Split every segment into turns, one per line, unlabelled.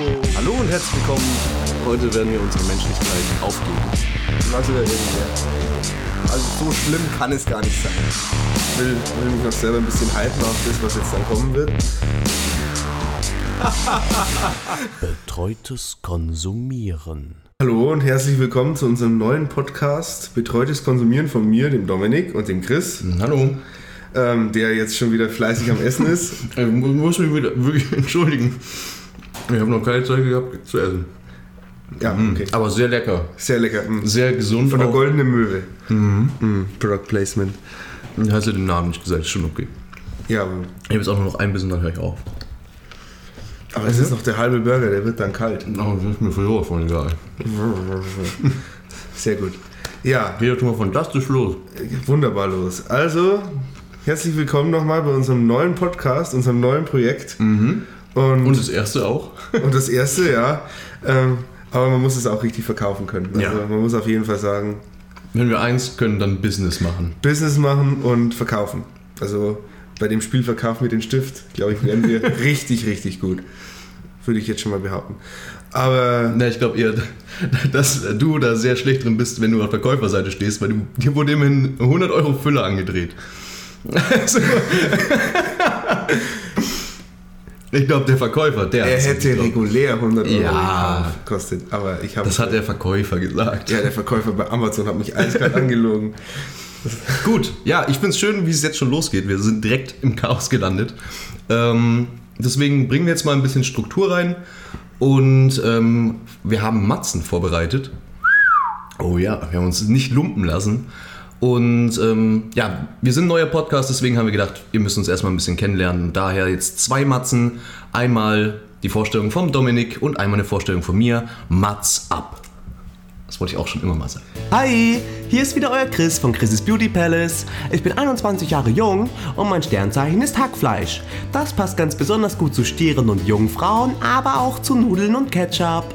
und herzlich willkommen. Heute werden wir unsere Menschlichkeit aufgeben.
Also, der Regenbär. also so schlimm kann es gar nicht sein. Ich will, will mich noch selber ein bisschen halten auf das, was jetzt dann kommen wird.
Betreutes Konsumieren.
Hallo und herzlich willkommen zu unserem neuen Podcast Betreutes Konsumieren von mir, dem Dominik und dem Chris,
Hallo.
ähm, der jetzt schon wieder fleißig am Essen ist.
Ich Äh, mu- muss mich wieder wirklich entschuldigen. Ich habe noch keine Zeit gehabt zu essen.
Ja, okay.
Aber sehr lecker.
Sehr lecker. mm.
Sehr gesund.
Von der
auch.
goldenen Möwe. Mm, Product Placement.
Hast du den Namen nicht gesagt? Ist schon okay.
Ja, aber
Ich habe jetzt auch nur noch ein bisschen, dann höre ich auf.
aber es ist noch der halbe Burger, der wird dann kalt.
Aber das ist mir früher von egal.
Sehr gut. Ja,
Geht doch schon mal fantastisch los.
wunderbar los. Also, herzlich willkommen nochmal bei unserem neuen Podcast, unserem neuen Projekt. Und,
Mhm. Und
und,
das erste auch.
das erste, ja. Ähm, aber man muss es auch richtig verkaufen können. Also
Ja.
man muss auf jeden Fall sagen,
Wenn wir eins können, dann Business machen.
Business machen und verkaufen. Also bei dem Spiel Verkauf mit dem Stift, glaube ich, werden wir richtig, richtig gut. Würde ich jetzt schon mal behaupten. Aber
Na, ich glaube eher, dass du da sehr schlecht drin bist, wenn du auf der Käuferseite stehst, weil du, dir wurde immerhin 100 Euro Füller angedreht. Also, ich glaube, der Verkäufer, der
er
hat's
hätte
geglaubt.
regulär 100 Euro
Ja.
gekostet. Aber ich habe.
Das hat der Verkäufer gesagt.
Ja, der Verkäufer bei Amazon hat mich eiskalt angelogen.
Gut, ja, ich finde es schön, wie es jetzt schon losgeht. Wir sind direkt im Chaos gelandet. Ähm, deswegen bringen wir jetzt mal ein bisschen Struktur rein. Und ähm, wir haben Matzen vorbereitet. Oh ja, wir haben uns nicht lumpen lassen. Und ähm, ja, wir sind ein neuer Podcast, deswegen haben wir gedacht, ihr müsst uns erstmal ein bisschen kennenlernen. Daher jetzt zwei Matzen. Einmal die Vorstellung vom Dominik und einmal eine Vorstellung von mir. Matz ab. Das wollte ich auch schon immer mal sagen.
Hi, hier ist wieder euer Chris von Chris' Beauty Palace. Ich bin 21 Jahre jung und mein Sternzeichen ist Hackfleisch. Das passt ganz besonders gut zu Stieren und Jungfrauen, aber auch zu Nudeln und Ketchup.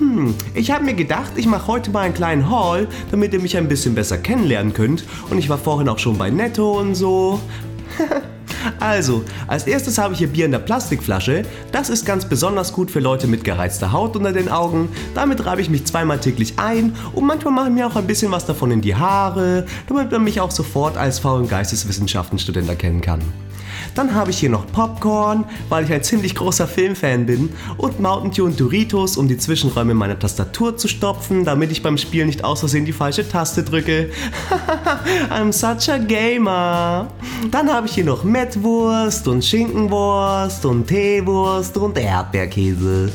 Hm, ich habe mir gedacht, ich mache heute mal einen kleinen Haul, damit ihr mich ein bisschen besser kennenlernen könnt. Und ich war vorhin auch schon bei Netto und so. Also, als erstes habe ich hier Bier in der Plastikflasche. Das ist ganz besonders gut für Leute mit gereizter Haut unter den Augen. Damit reibe ich mich zweimal täglich ein und manchmal mache ich mir auch ein bisschen was davon in die Haare, damit man mich auch sofort als faulen Geisteswissenschaftenstudent erkennen kann. Dann habe ich hier noch Popcorn, weil ich ein ziemlich großer Filmfan bin, und Mountain Dew und Doritos, um die Zwischenräume meiner Tastatur zu stopfen, damit ich beim Spiel nicht aus Versehen die falsche Taste drücke. I'm such a gamer. Dann habe ich hier noch Mettwurst und Schinkenwurst und Teewurst und Erdbeerkäse.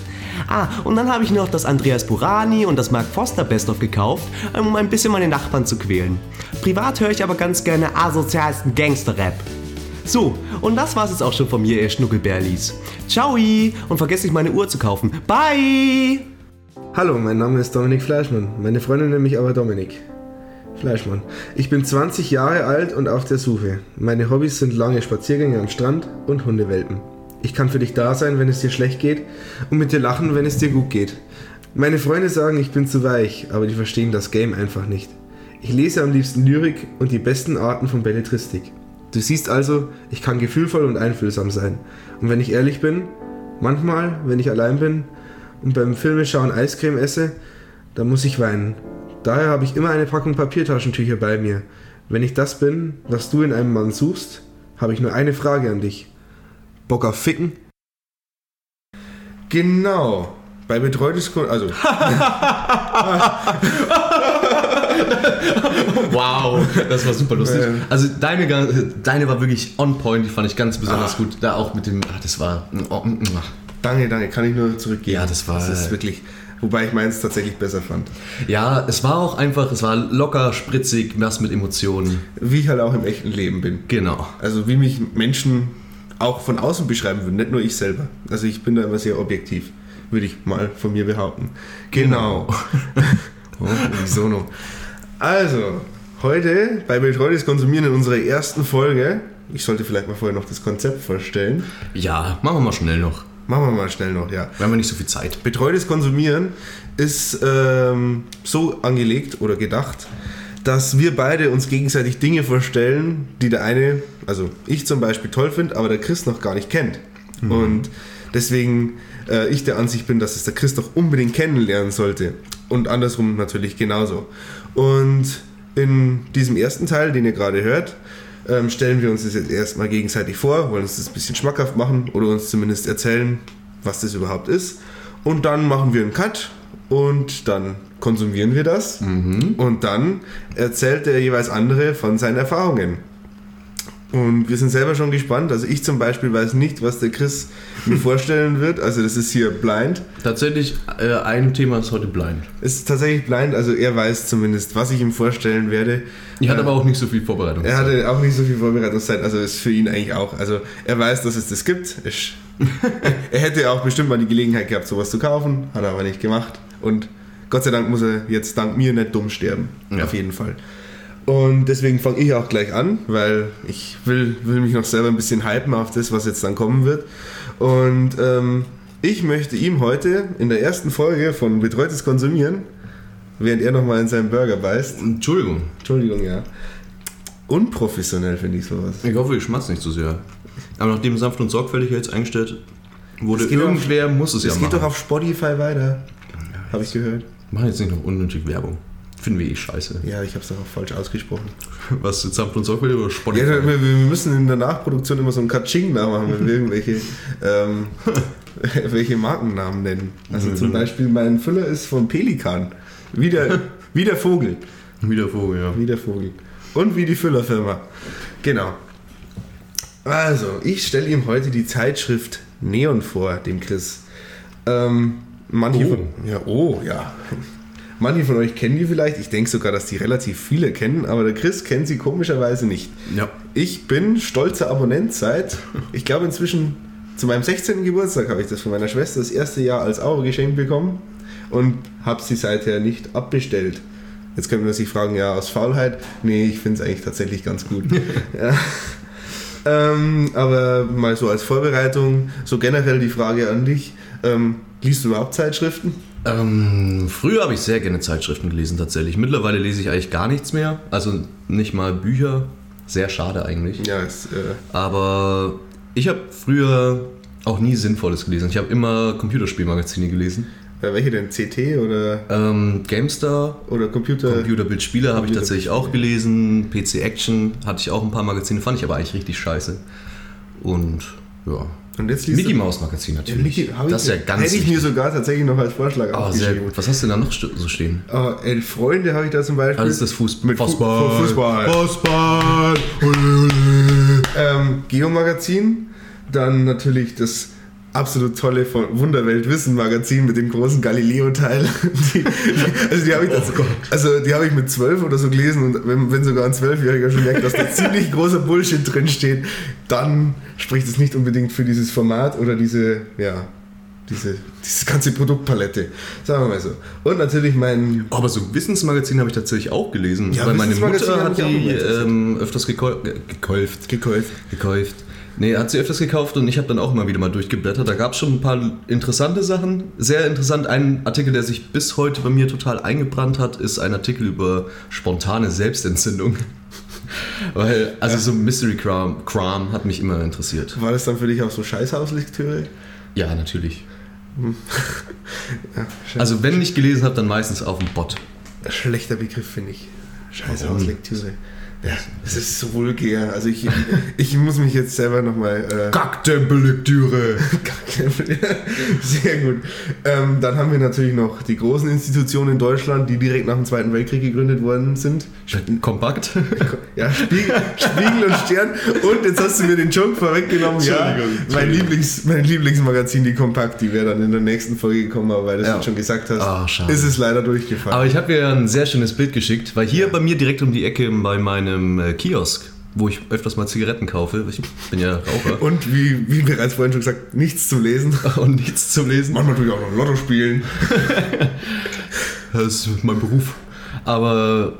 Ah, und dann habe ich noch das Andreas Burani und das Mark Foster Best of gekauft, um ein bisschen meine Nachbarn zu quälen. Privat höre ich aber ganz gerne asozialsten Gangster-Rap. So, und das war's jetzt auch schon von mir, ihr Schnuckelbärlis. Ciao und vergesst nicht meine Uhr zu kaufen. Bye!
Hallo, mein Name ist Dominik Fleischmann. Meine Freundin nennt mich aber Dominik. Fleischmann. Ich bin 20 Jahre alt und auf der Suche. Meine Hobbys sind lange Spaziergänge am Strand und Hundewelpen. Ich kann für dich da sein, wenn es dir schlecht geht und mit dir lachen, wenn es dir gut geht. Meine Freunde sagen, ich bin zu weich, aber die verstehen das Game einfach nicht. Ich lese am liebsten Lyrik und die besten Arten von Belletristik. Du siehst also, ich kann gefühlvoll und einfühlsam sein. Und wenn ich ehrlich bin, manchmal, wenn ich allein bin und beim Filmeschauen Eiscreme esse, dann muss ich weinen. Daher habe ich immer eine Packung Papiertaschentücher bei mir. Wenn ich das bin, was du in einem Mann suchst, habe ich nur eine Frage an dich. Bock auf Ficken? Genau. Bei betreutes Kon also
Wow, das war super lustig.
Ähm.
Also deine, gan- deine war wirklich on point, die fand ich ganz besonders gut. Da auch mit dem, ah, das war, oh, mm, mm, ah.
danke, danke, kann ich nur zurückgeben.
Ja, das war-
das ist wirklich wobei ich meins tatsächlich besser fand.
ja, es war auch einfach, es war locker, spritzig, was mit Emotionen.
Wie ich halt auch im echten Leben bin.
Genau.
Also wie mich Menschen auch von außen beschreiben würden, nicht nur ich selber. Also ich bin da immer sehr objektiv, würde ich mal von mir behaupten. Genau. oh, wieso noch? Also, heute bei Betreutes Konsumieren in unserer ersten Folge, ich sollte vielleicht mal vorher noch das Konzept vorstellen.
Ja, machen wir mal schnell noch.
Machen wir mal schnell noch, ja.
Wir haben ja nicht so viel Zeit.
Betreutes Konsumieren ist ähm, so angelegt oder gedacht, dass wir beide uns gegenseitig Dinge vorstellen, die der eine, also ich zum Beispiel toll finde, aber der Chris noch gar nicht kennt. Und deswegen äh, ich der Ansicht bin, dass es der Chris doch unbedingt kennenlernen sollte. Und andersrum natürlich genauso. Und in diesem ersten Teil, den ihr gerade hört, ähm, stellen wir uns das jetzt erstmal gegenseitig vor, wollen uns das ein bisschen schmackhaft machen oder uns zumindest erzählen, was das überhaupt ist. Und dann machen wir einen Cut und dann konsumieren wir das.
Mhm.
Und dann erzählt der jeweils andere von seinen Erfahrungen. Und wir sind selber schon gespannt. Also ich zum Beispiel weiß nicht, was der Chris mir vorstellen wird. Also das ist hier blind.
Tatsächlich, äh, ein Thema ist heute blind.
Es ist tatsächlich blind, also er weiß zumindest, was ich ihm vorstellen werde. Äh,
Ich hatte aber auch nicht so viel Vorbereitung.
Er hatte auch nicht so viel Vorbereitungszeit, also ist für ihn eigentlich auch. Also er weiß, dass es das gibt. Ist- er hätte auch bestimmt mal die Gelegenheit gehabt, sowas zu kaufen, hat er aber nicht gemacht. Und Gott sei Dank muss er jetzt dank mir nicht dumm sterben.
Ja.
Auf jeden Fall. Und deswegen fange ich auch gleich an, weil ich will, will mich noch selber ein bisschen hypen auf das, was jetzt dann kommen wird. Und ähm, ich möchte ihm heute in der ersten Folge von Betreutes Konsumieren, während er nochmal in seinen Burger beißt,
Entschuldigung.
Entschuldigung, ja. Unprofessionell finde ich sowas.
Ich hoffe, ich schmatze nicht so sehr. Aber nachdem sanft und sorgfältig jetzt eingestellt wurde,
Es geht
irgendwer muss es,
Es
ja
geht
machen.
doch auf Spotify weiter. Habe ich gehört.
Mach jetzt nicht noch unnötig Werbung. Finden wir eh scheiße.
Ja, ich habe es doch auch falsch ausgesprochen.
Was, jetzt sanft und sorgfältig oder
Ja,
Spotify?
wir, wir müssen in der Nachproduktion immer so einen Katsching da machen, wenn wir irgendwelche ähm, welche Markennamen nennen. Also zum Beispiel mein Füller ist von Pelikan. Wie der, wie der Vogel.
Wieder Vogel, ja.
Wie der Vogel. Und wie die Füllerfirma. Genau. Also, ich stelle ihm heute die Zeitschrift Neon vor, dem Chris. Ähm, manche
Oh.
von. Ja, oh, ja. Manche von euch kennen die vielleicht. Ich denke sogar, dass die relativ viele kennen, aber der Chris kennt sie komischerweise nicht.
Ja.
Ich bin stolzer Abonnent seit, ich glaube inzwischen zu meinem 16. Geburtstag habe ich das von meiner Schwester das erste Jahr als Abo geschenkt bekommen und habe sie seither nicht abbestellt. Jetzt könnte man sich fragen, ja, aus Faulheit? Nee, ich finde es eigentlich tatsächlich ganz gut. ja. ähm, aber mal so als Vorbereitung, so generell die Frage an dich, ähm, liest du überhaupt Zeitschriften?
Ähm, früher habe ich sehr gerne Zeitschriften gelesen, tatsächlich. Mittlerweile lese ich eigentlich gar nichts mehr. Also nicht mal Bücher. Sehr schade eigentlich.
Ja, es, äh,
Aber ich habe früher auch nie Sinnvolles gelesen. Ich habe immer Computerspielmagazine gelesen.
welche denn? CT oder,
Ähm, GameStar,
oder Computer?
Computerbildspieler habe ich tatsächlich auch gelesen. PC Action hatte ich auch ein paar Magazine, fand ich aber eigentlich richtig scheiße. Und ja.
Und jetzt liest
Mickey
du-
Maus Magazin
Ja,
natürlich.
Mickey, hab
das ist
ich,
ja ganz
Hätte ich
wichtig.
mir sogar tatsächlich noch als Vorschlag
Ah, sehr
aufgeschrieben.
gut. Was hast du denn da noch st- so stehen?
Aber elf Freunde habe ich da zum Beispiel.
Alles das Fuß
Mit Fu-
Fußball.
Fußball.
Fußball.
Ähm, Geomagazin. Dann natürlich das absolut tolle von Wunderwelt Wissen Magazin mit dem großen Galileo-Teil. Die- die- also die
Oh
habe ich, das- also die habe ich mit zwölf oder so gelesen und wenn, wenn sogar ein Zwölfjähriger schon merkt, dass da ziemlich großer Bullshit drin steht, dann spricht es nicht unbedingt für dieses Format oder diese, ja, diese, diese ganze Produktpalette. Sagen wir mal so. Und natürlich mein
Aber so Wissensmagazin habe ich tatsächlich auch gelesen.
Ja,
weil meine
Wissensmagazin
Mutter
hat
hat
mich auch
die
immer interessiert.
ähm, öfters gekau- äh, gekauft.
gekauft.
Gekauft. Nee, hat sie öfters gekauft und ich habe dann auch mal wieder mal durchgeblättert. Da gab es schon ein paar interessante Sachen. Sehr interessant, ein Artikel, der sich bis heute bei mir total eingebrannt hat, ist ein Artikel über spontane Selbstentzündung. Weil, also so Mystery Crime, Crime hat mich immer interessiert.
War das dann für dich auch so Scheißhauslektüre?
Ja, natürlich.
Ja, sch
Also wenn ich gelesen habe, dann meistens auf dem Bot.
schlechter Begriff, finde ich. Scheißhauslektüre. Ja, es ist so vulgär. Also ich, ich muss mich jetzt selber äh, nochmal...
Kacktempellektüre!
Äh, sehr gut. Ähm, dann haben wir natürlich noch die großen Institutionen in Deutschland, die direkt nach dem Zweiten Weltkrieg gegründet worden sind.
Kompakt?
Ja, Spiegel, Spiegel und Stern. Und jetzt hast du mir den Joke vorweggenommen. Ja,
Entschuldigung,
mein,
Entschuldigung.
Lieblings, mein Lieblingsmagazin, die Kompakt, die wäre dann in der nächsten Folge gekommen, aber weil du es
Ja.
jetzt schon gesagt hast,
Ah, schade.
ist es leider durchgefallen.
Aber ich habe mir ein sehr schönes Bild geschickt, weil hier bei mir direkt um die Ecke bei meinem äh, Kiosk, wo ich öfters mal Zigaretten kaufe, ich bin ja Raucher,
Und wie, wie bereits vorhin schon gesagt, nichts zum Lesen.
und nichts zum Lesen.
Manchmal natürlich auch noch Lotto spielen.
Das ist mein Beruf. Aber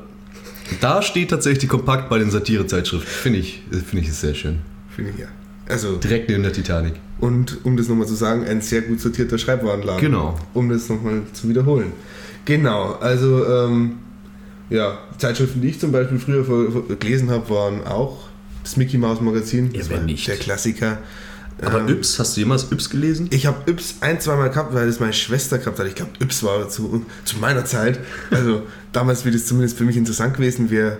da steht tatsächlich die Kompakt bei den Satirezeitschriften. Finde ich, äh, finde ich es sehr schön.
Finde ich ja. Also,
Direkt neben der Titanic.
und um das nochmal zu sagen, ein sehr gut sortierter Schreibwarenladen.
Genau.
Um das nochmal zu wiederholen. Genau, also, ähm, ja, Zeitschriften, die ich zum Beispiel früher vor- vor- gelesen habe, waren auch das Mickey Mouse Magazin.
Ja,
das
wer nicht.
der Klassiker.
Aber Yps, hast du jemals Yps gelesen?
Ich habe Yps ein, zweimal gehabt, weil das meine Schwester gehabt hat. Ich glaube, Yps war zu, zu meiner Zeit. Also damals wäre das zumindest für mich interessant gewesen. Wäre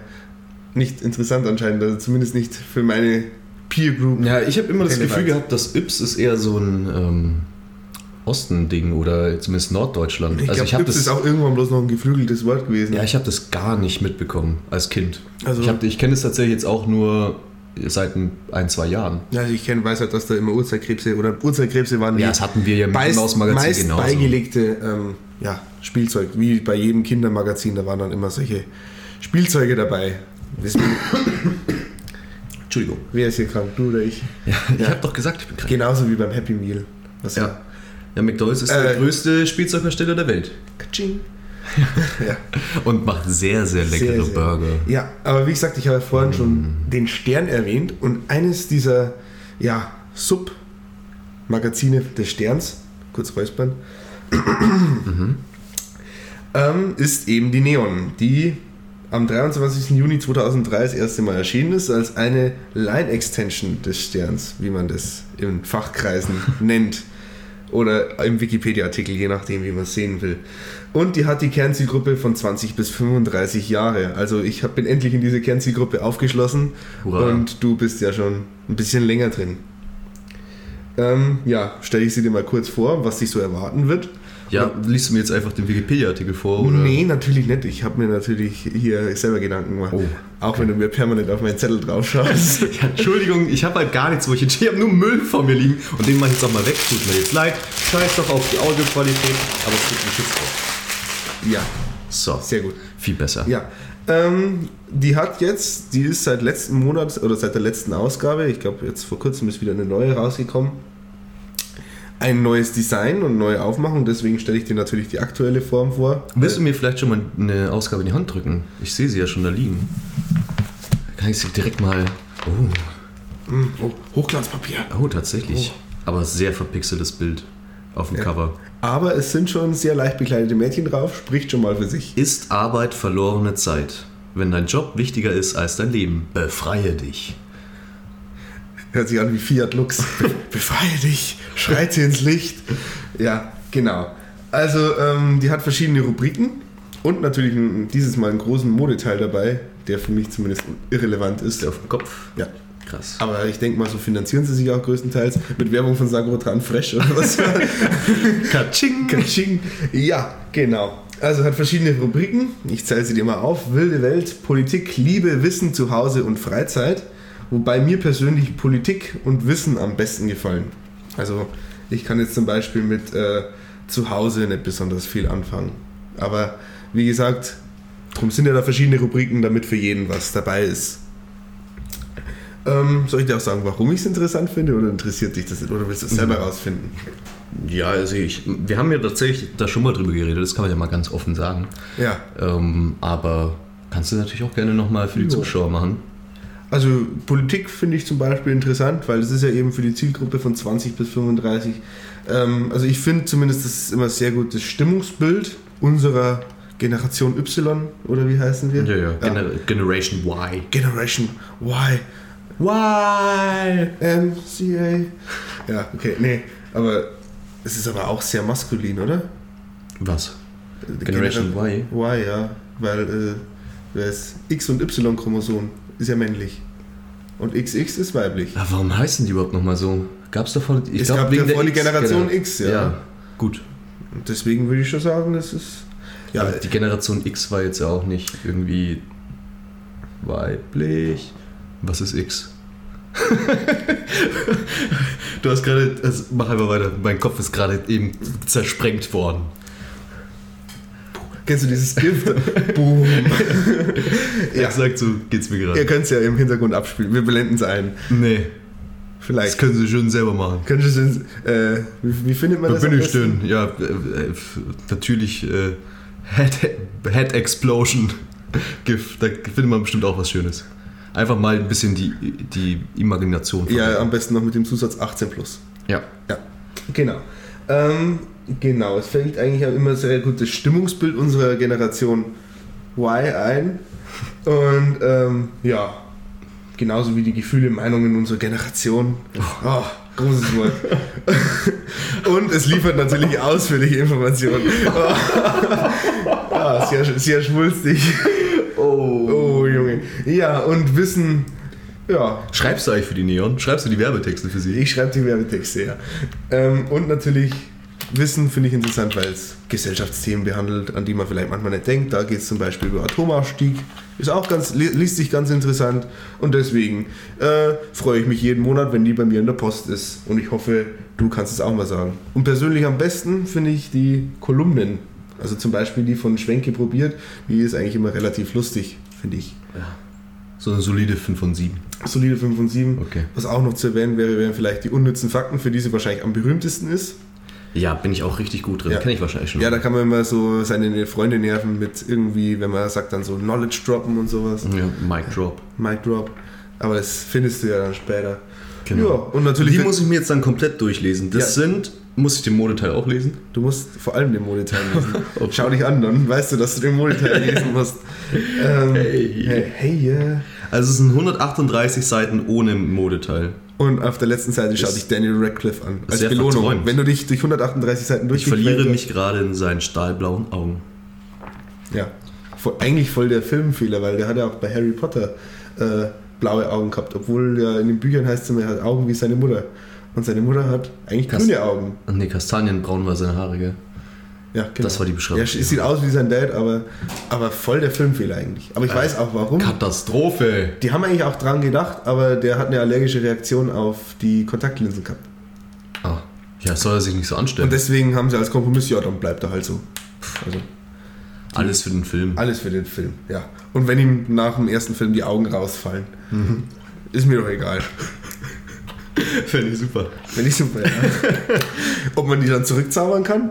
nicht interessant anscheinend. Also zumindest nicht für meine Peer Group.
Ja, ich habe immer das
Relevant.
Gefühl gehabt, dass Yps ist eher so ein ähm, Osten-Ding oder zumindest Norddeutschland.
ich
also
glaube,
ich habe
Yps
das,
ist auch irgendwann bloß noch ein geflügeltes Wort gewesen.
ja, ich habe das gar nicht mitbekommen als Kind.
Also-
ich hab- ich kenne es tatsächlich jetzt auch nur seit ein, ein zwei Jahren.
Ja, also ich kenne, weiß halt, dass da immer Urzeitkrebse oder Urzeitkrebse waren.
Ja,
die
das hatten wir ja im Mickey
meist,
Mouse Magazin
meist
genauso.
beigelegte ähm, ja, Spielzeug, wie bei jedem Kindermagazin, da waren dann immer solche Spielzeuge dabei. Deswegen,
Entschuldigung.
wer ist hier krank, du oder ich?
Ich habe doch gesagt, ich bin krank.
Genauso wie beim Happy Meal. Was
Ja. ja, McDonalds ist
Äh.
der größte Spielzeughersteller der Welt
Katsching. ja,
und macht sehr, sehr leckere
sehr, sehr.
Burger. Mm.
ja, aber wie gesagt, ich habe ja vorhin schon den Stern erwähnt und eines dieser ja, Sub-Magazine des Sterns, kurz räuspern, ähm, ist eben die Neon, die am 23. Juni 2003 das erste Mal erschienen ist, als eine Line-Extension des Sterns, wie man das in Fachkreisen nennt. Oder im Wikipedia-Artikel, je nachdem, wie man es sehen will. Und die hat die Kernzielgruppe von 20 bis 35 Jahre. Also ich hab, bin endlich in diese Kernzielgruppe aufgeschlossen
Hurra.
und du bist ja schon ein bisschen länger drin. Ähm, ja, stelle ich sie dir mal kurz vor, was dich so erwarten wird.
Ja, liest du mir jetzt einfach den Wikipedia-Artikel vor? Oder?
Nee, natürlich nicht. Ich habe mir natürlich hier selber Gedanken gemacht.
Oh.
Auch wenn du mir permanent auf meinen Zettel drauf schaust.
Ja, Entschuldigung, ich habe halt gar nichts, wo ich Ich habe nur Müll vor mir liegen und den mache ich jetzt auch mal weg. Tut mir jetzt leid. Scheiß doch auf die Audioqualität, aber es tut mich jetzt auf.
ja,
So,
sehr gut.
viel besser.
Ja. Ähm, die hat jetzt, die ist seit letzten Monat oder seit der letzten Ausgabe, ich glaube jetzt vor kurzem ist wieder eine neue rausgekommen, ein neues Design und neue Aufmachung. Deswegen stelle ich dir natürlich die aktuelle Form vor.
Willst du mir vielleicht schon mal eine Ausgabe in die Hand drücken? Ich sehe sie ja schon da liegen. Kann ich sie direkt mal. Oh,
Oh, Hochglanzpapier.
oh tatsächlich. Aber sehr verpixeltes Bild auf dem Cover.
Aber es sind schon sehr leicht bekleidete Mädchen drauf, spricht schon mal für sich.
Ist Arbeit verlorene Zeit? Wenn dein Job wichtiger ist als dein Leben, befreie dich.
Hört sich an wie Fiat Lux. Befreie dich, schreite ins Licht. Ja, genau. Also, ähm, die hat verschiedene Rubriken und natürlich ein, dieses Mal einen großen Modeteil dabei, der für mich zumindest irrelevant ist.
Auf dem Kopf?
Ja.
Krass.
Aber ich denke mal, so finanzieren sie sich auch größtenteils mit Werbung von Sagotran Fresh oder was.
Katsching!
Katsching. Ja, genau. Also hat verschiedene Rubriken. Ich zähle sie dir mal auf. Wilde Welt, Politik, Liebe, Wissen, Zuhause und Freizeit. Wobei mir persönlich Politik und Wissen am besten gefallen. Also ich kann jetzt zum Beispiel mit äh, Zuhause nicht besonders viel anfangen. Aber wie gesagt, drum sind ja da verschiedene Rubriken, damit für jeden was dabei ist. Ähm, soll ich dir auch sagen, warum ich es interessant finde oder interessiert dich das oder willst du es selber rausfinden?
Ja, also ich, wir haben ja tatsächlich da schon mal drüber geredet, das kann man ja mal ganz offen sagen.
Ja.
Ähm, aber kannst du natürlich auch gerne nochmal für die Zuschauer machen.
Also Politik finde ich zum Beispiel interessant, weil es ist ja eben für die Zielgruppe von 20 bis 35. Ähm, also ich finde zumindest, das ist immer sehr gut das Stimmungsbild unserer Generation Y oder wie heißen wir?
Gener Generation Y.
Generation Y. Y. MCA. Ja, okay, nee, aber es ist aber auch sehr maskulin, oder?
Was? Generation
Genera-
Y?
Y, ja, weil äh, das X- und Y-Chromosom ist ja männlich. Und XX ist weiblich.
Ja, warum heißen die überhaupt nochmal so? Gab's davon? Ich
Es
glaub,
gab davor die Generation
Gener-
X, ja.
Gut.
Und deswegen würde ich schon sagen, das ist. Ja,
Aber die Generation X war jetzt ja auch nicht irgendwie weiblich. Was ist X? du hast gerade. Also mach einfach weiter. Mein Kopf ist gerade eben zersprengt worden.
kennst du dieses Gift? Boom. ja,
Er sagt so, geht's mir
ihr
gerade.
könnt es ja im Hintergrund abspielen. Wir blenden es ein.
Nee, das
Vielleicht.
können sie schon selber machen.
Könntest du es. Äh, wie, wie findet man
Da
das?
bin
am
ich
besten?
dünn. Ja, äh, äh, f- natürlich äh, Head, Head Explosion GIF. Da findet man bestimmt auch was Schönes. Einfach mal ein bisschen die, die Imagination.
Ja,
verwenden.
am besten noch mit dem Zusatz 18 plus.
ja.
Ja, genau. Ähm, genau, es fängt eigentlich auch immer sehr gut das Stimmungsbild unserer Generation Y ein. Und ähm, ja, Genauso wie die Gefühle, Meinungen unserer Generation. Oh, großes Wort. Und es liefert natürlich ausführliche Informationen. Oh. Ah, sehr, sch- sehr schwulstig. Oh. Junge. Ja, und Wissen. Ja,
Schreibst du eigentlich für die Neon? Schreibst du die Werbetexte für sie?
ich schreibe die Werbetexte, ja. Ähm, und natürlich Wissen finde ich interessant, weil es Gesellschaftsthemen behandelt, an die man vielleicht manchmal nicht denkt. Da geht es zum Beispiel über Atomausstieg. Ist auch ganz, li- liest sich ganz interessant. Und deswegen äh, freue ich mich jeden Monat, wenn die bei mir in der Post ist. Und ich hoffe, du kannst es auch mal sagen. Und persönlich am besten finde ich die Kolumnen. Also zum Beispiel die von Schwenke probiert. Die ist eigentlich immer relativ lustig, finde ich.
So eine solide 5 von 7.
Solide 5 und 7.
Okay.
Was auch noch zu erwähnen wäre, wären vielleicht die unnützen Fakten, für die sie wahrscheinlich am berühmtesten ist.
Ja, bin ich auch richtig gut drin.
Ja.
Kenn ich wahrscheinlich schon.
Ja, da kann man immer so seine Freunde nerven mit irgendwie, wenn man sagt, dann so Knowledge droppen und sowas.
ja, Mic Drop.
Mic drop. Aber das findest du ja dann später.
Genau.
Ja, und natürlich,
Die muss ich mir jetzt dann komplett durchlesen. Das
Ja.
sind, muss ich den Modeteil auch lesen?
du musst vor allem den Modeteil lesen. Schau dich an, dann weißt du, dass du den Modeteil lesen musst. Ähm,
Hey.
hey, hey, yeah.
Also es sind 138 Seiten ohne Modeteil.
Und auf der letzten Seite schau
Ist-
dich Daniel Radcliffe an. Als
sehr
Belohnung.
verträumt.
Wenn du dich durch 138 Seiten
Ich verliere
durchgequält
mich gerade in seinen stahlblauen Augen.
Ja. Voll, eigentlich voll der Filmfehler, weil der hat ja auch bei Harry Potter äh, blaue Augen gehabt, obwohl ja in den Büchern heißt es immer, er hat Augen wie seine Mutter. Und seine Mutter hat eigentlich
Kas-
grüne Augen.
Ach Nee, kastanienbraun war seine Haare, gell?
Ja, genau.
Das war die
Ja,
Beschreibung.
es sieht aus wie sein Dad, aber, aber voll der Filmfehler eigentlich.
Äh,
Aber ich weiß auch warum.
Katastrophe!
Die haben eigentlich auch dran gedacht, aber der hat eine allergische Reaktion auf die Kontaktlinsen gehabt.
Ah, ja, soll er sich nicht so
Und
anstellen.
deswegen haben sie als Kompromiss, ja, dann bleibt er halt so. Also
Alles für den Film.
alles für den Film, ja. Und wenn ihm nach dem ersten Film die Augen rausfallen,
Mhm.
ist mir doch egal.
Finde ich super.
Finde ich super, ja. Ob man die dann zurückzaubern kann?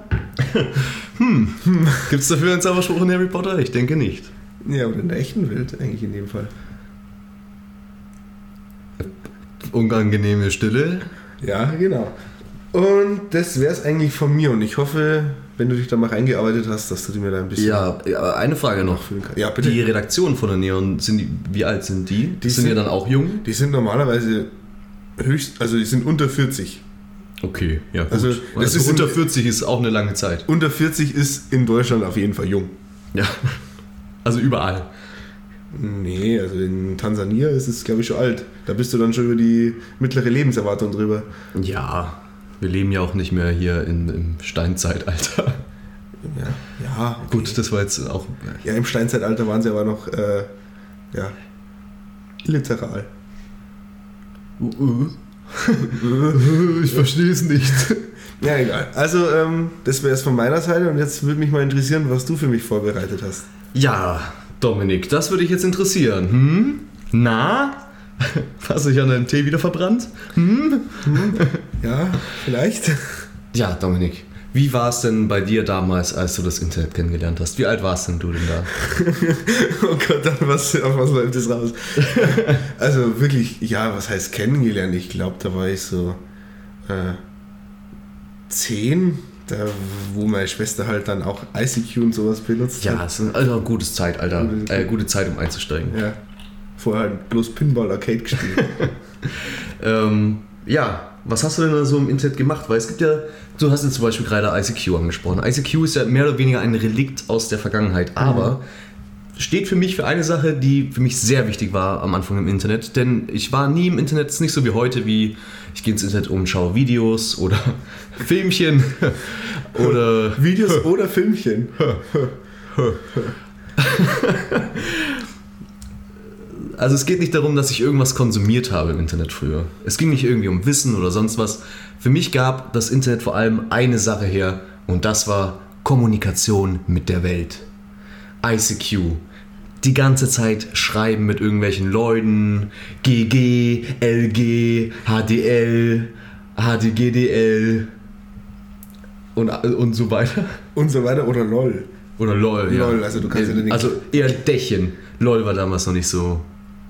Gibt es dafür einen Zauberspruch in Harry Potter? Ich denke nicht.
Ja, oder in der echten Welt eigentlich in dem Fall.
Unangenehme Stille.
Ja, genau. Und das wäre es eigentlich von mir. Und ich hoffe, wenn du dich da mal reingearbeitet hast, dass du dir mir da ein bisschen
Ja, ja, eine Frage noch.
nachfüllen kannst. Ja, bitte.
Die
Die,
Redaktion von der Neon, sind die, wie alt sind die?
Die
sind,
sind-
ja dann auch jung?
sind normalerweise höchst, also die sind unter 40.
Okay, ja. Gut.
Also,
Also,
das ist
unter
ein-
40 ist auch eine lange Zeit.
Unter 40 ist in Deutschland auf jeden Fall jung.
Ja. Also überall.
Nee, also in Tansania ist es, glaube ich, schon alt. Da bist du dann schon über die mittlere Lebenserwartung drüber.
Ja. Wir leben ja auch nicht mehr hier in, im Steinzeitalter.
Ja, ja okay.
Gut, das war jetzt auch.
Ja, im Steinzeitalter waren sie aber noch, äh, ja, literal.
Ich verstehe es nicht.
Ja, egal. Also, ähm, das wäre es von meiner Seite und jetzt würde mich mal interessieren, was du für mich vorbereitet hast.
Ja, Dominik, das würde ich jetzt interessieren. Hm? Na? Hast du dich an deinem Tee wieder verbrannt?
Ja, vielleicht?
Ja, Dominik. Wie war es denn bei dir damals, als du das Internet kennengelernt hast? Wie alt warst denn du denn da?
Oh Gott, dann was, auf was läuft das raus? also wirklich, ja, was heißt kennengelernt? Ich glaube, da war ich so äh, zehn, da, wo meine Schwester halt dann auch ICQ und sowas benutzt
Ja,
hat.
es ist also ein gutes Zeitalter. Äh, gute Zeit, um einzusteigen.
Ja. Vorher halt bloß Pinball Arcade gespielt.
Ähm, ja, was hast du denn da so im Internet gemacht? Weil es gibt ja, du hast jetzt zum Beispiel gerade ICQ angesprochen. ICQ ist ja mehr oder weniger ein Relikt aus der Vergangenheit, aber steht für mich für eine Sache, die für mich sehr wichtig war am Anfang im Internet. Denn ich war nie im Internet, es ist nicht so wie heute, wie ich gehe ins Internet und schaue Videos oder Filmchen oder
Videos oder Filmchen.
Also es geht nicht darum, dass ich irgendwas konsumiert habe im Internet früher. Es ging nicht irgendwie um Wissen oder sonst was. Für mich gab das Internet vor allem eine Sache her und das war Kommunikation mit der Welt. ICQ. Die ganze Zeit schreiben mit irgendwelchen Leuten. GG, LG, HDL, HDGDL und, und so weiter.
und so weiter oder LOL.
Oder LOL, ja.
LOL, also du kannst ja nicht-
Also eher Dächen. LOL war damals noch nicht so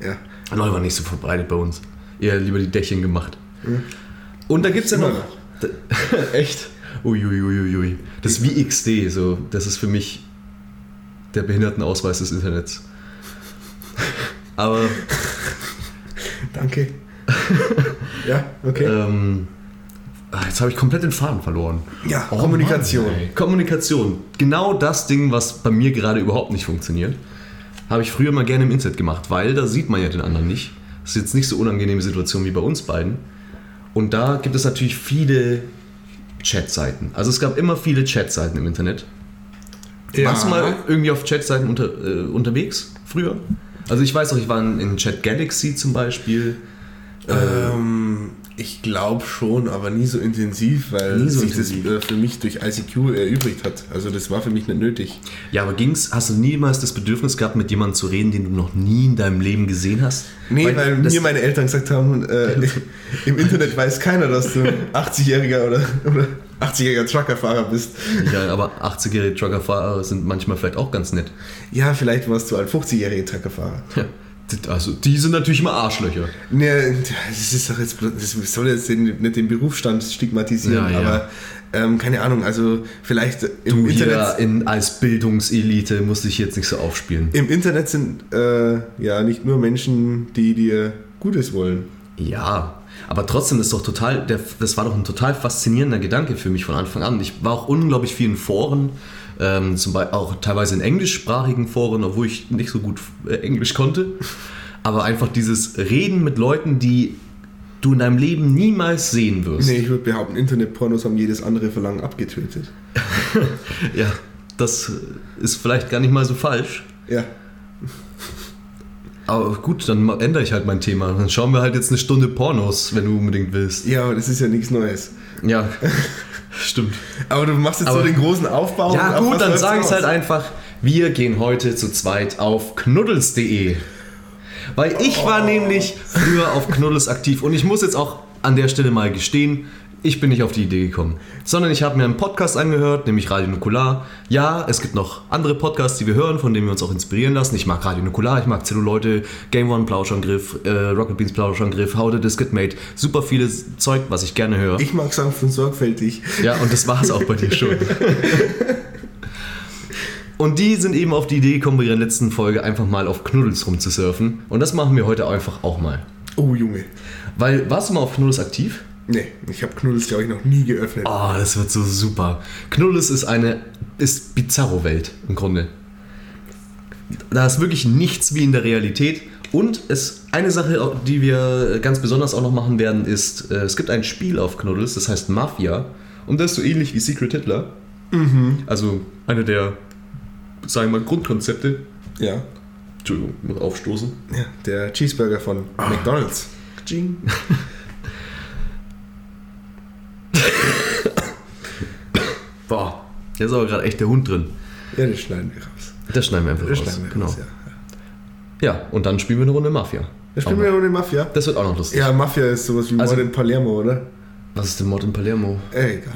Ja.
LOL war nicht so verbreitet bei uns. Eher lieber die Dächchen gemacht. Und da gibt's ja
Immer
noch. Echt? Uiuiuiui. Das ist wie XD, so. Das ist für mich der Behindertenausweis des Internets. Aber
Danke. ja, okay.
Ähm, ah, jetzt habe ich komplett den Faden verloren.
Ja, Kommunikation.
Oh Mann, ey. Kommunikation. Genau das Ding, was bei mir gerade überhaupt nicht funktioniert, habe ich früher mal gerne im Internet gemacht, weil da sieht man ja den anderen nicht. Das ist jetzt nicht so unangenehme Situation wie bei uns beiden. Und da gibt es natürlich viele Chatseiten. Also es gab immer viele Chatseiten im Internet. Warst du mal irgendwie auf Chatseiten unter, äh, unterwegs früher? Also ich weiß auch, ich war in, in Chat Galaxy zum Beispiel.
Äh, Ähm, ich glaube schon, aber nie so intensiv, weil
Nie so
sich das
intensiv.
äh, für mich durch ICQ erübrigt hat. Also das war für mich nicht nötig.
Ja, aber ging's, hast du niemals das Bedürfnis gehabt, mit jemandem zu reden, den du noch nie in deinem Leben gesehen hast?
Nee, weil,
das-
mir meine Eltern gesagt haben, äh, im Internet weiß keiner, dass du ein 80-jähriger oder, oder 80-jähriger Truckerfahrer bist.
Ja, aber 80-jährige Truckerfahrer sind manchmal vielleicht auch ganz nett.
Ja, vielleicht warst du ein 50-jähriger Truckerfahrer.
Ja. Die- Also, die sind natürlich immer Arschlöcher.
Nee, Ne, das ist doch jetzt, das soll jetzt den, nicht den Berufsstand stigmatisieren,
Ja, ja.
aber ähm, keine Ahnung, also vielleicht im
Du
Internet.
hier in, als Bildungselite musst dich jetzt nicht so aufspielen.
Im Internet sind äh, ja nicht nur Menschen, die dir Gutes wollen.
Ja, aber trotzdem ist doch total, der, das war doch ein total faszinierender Gedanke für mich von Anfang an. Ich war auch unglaublich viel in Foren, ähm, zum Beispiel auch teilweise in englischsprachigen Foren, obwohl ich nicht so gut äh, Englisch konnte. Aber einfach dieses Reden mit Leuten, die du in deinem Leben niemals sehen wirst.
Nee, Ne, ich würde behaupten, Internetpornos haben jedes andere Verlangen abgetötet.
Ja, das ist vielleicht gar nicht mal so falsch.
Ja.
Aber gut, dann ma- ändere ich halt mein Thema. Dann schauen wir halt jetzt eine Stunde Pornos, wenn du unbedingt willst.
Ja, aber das ist ja nichts Neues.
Ja, stimmt.
Aber du machst jetzt
Aber-
so den großen Aufbau. und
Ja,
auf
gut,
was
dann
läuft's
sage ich es
raus?
halt einfach. Wir gehen heute zu zweit auf knuddels.de. Weil ich
Oh.
war nämlich früher auf Knuddels aktiv und ich muss jetzt auch an der Stelle mal gestehen, ich bin nicht auf die Idee gekommen, sondern ich habe mir einen Podcast angehört, nämlich Radio Nukular. Ja, es gibt noch andere Podcasts, die wir hören, von denen wir uns auch inspirieren lassen. Ich mag Radio Nukular, ich mag Zelluleute, Game One Plauschangriff, äh, Rocket Beans Plauschangriff, How the Disc Get Made, super vieles Zeug, was ich gerne höre.
Ich mag sanft und sorgfältig.
Ja, und das war es auch bei dir schon. Und die sind eben auf die Idee gekommen, bei ihrer letzten Folge einfach mal auf Knuddels rumzusurfen. Und das machen wir heute einfach auch mal.
Oh, Junge.
Weil, warst du mal auf Knuddels aktiv?
Nee, ich habe Knuddels, glaube ich, noch nie geöffnet.
Oh, das wird so super. Knuddels ist eine, ist Bizarro-Welt im Grunde. Da ist wirklich nichts wie in der Realität. Und es, eine Sache, die wir ganz besonders auch noch machen werden, ist, äh, es gibt ein Spiel auf Knuddels, das heißt Mafia. Und das ist so ähnlich wie Secret Hitler.
Mhm.
Also eine der, sagen wir mal, Grundkonzepte.
Ja.
Entschuldigung, muss aufstoßen.
ja. Der Cheeseburger von
Ah.
McDonalds. Jing.
Boah, da ist aber gerade echt der Hund drin.
Ja, das schneiden wir raus.
Das schneiden wir einfach
Das
raus.
schneiden wir
genau.
raus, ja.
ja. und dann spielen wir eine Runde Mafia.
Da spielen wir ohne Mafia.
Das wird auch noch lustig.
Ja, Mafia ist sowas wie
Also-
Mord in Palermo, oder?
Was ist denn Mord in Palermo?
Ey, egal.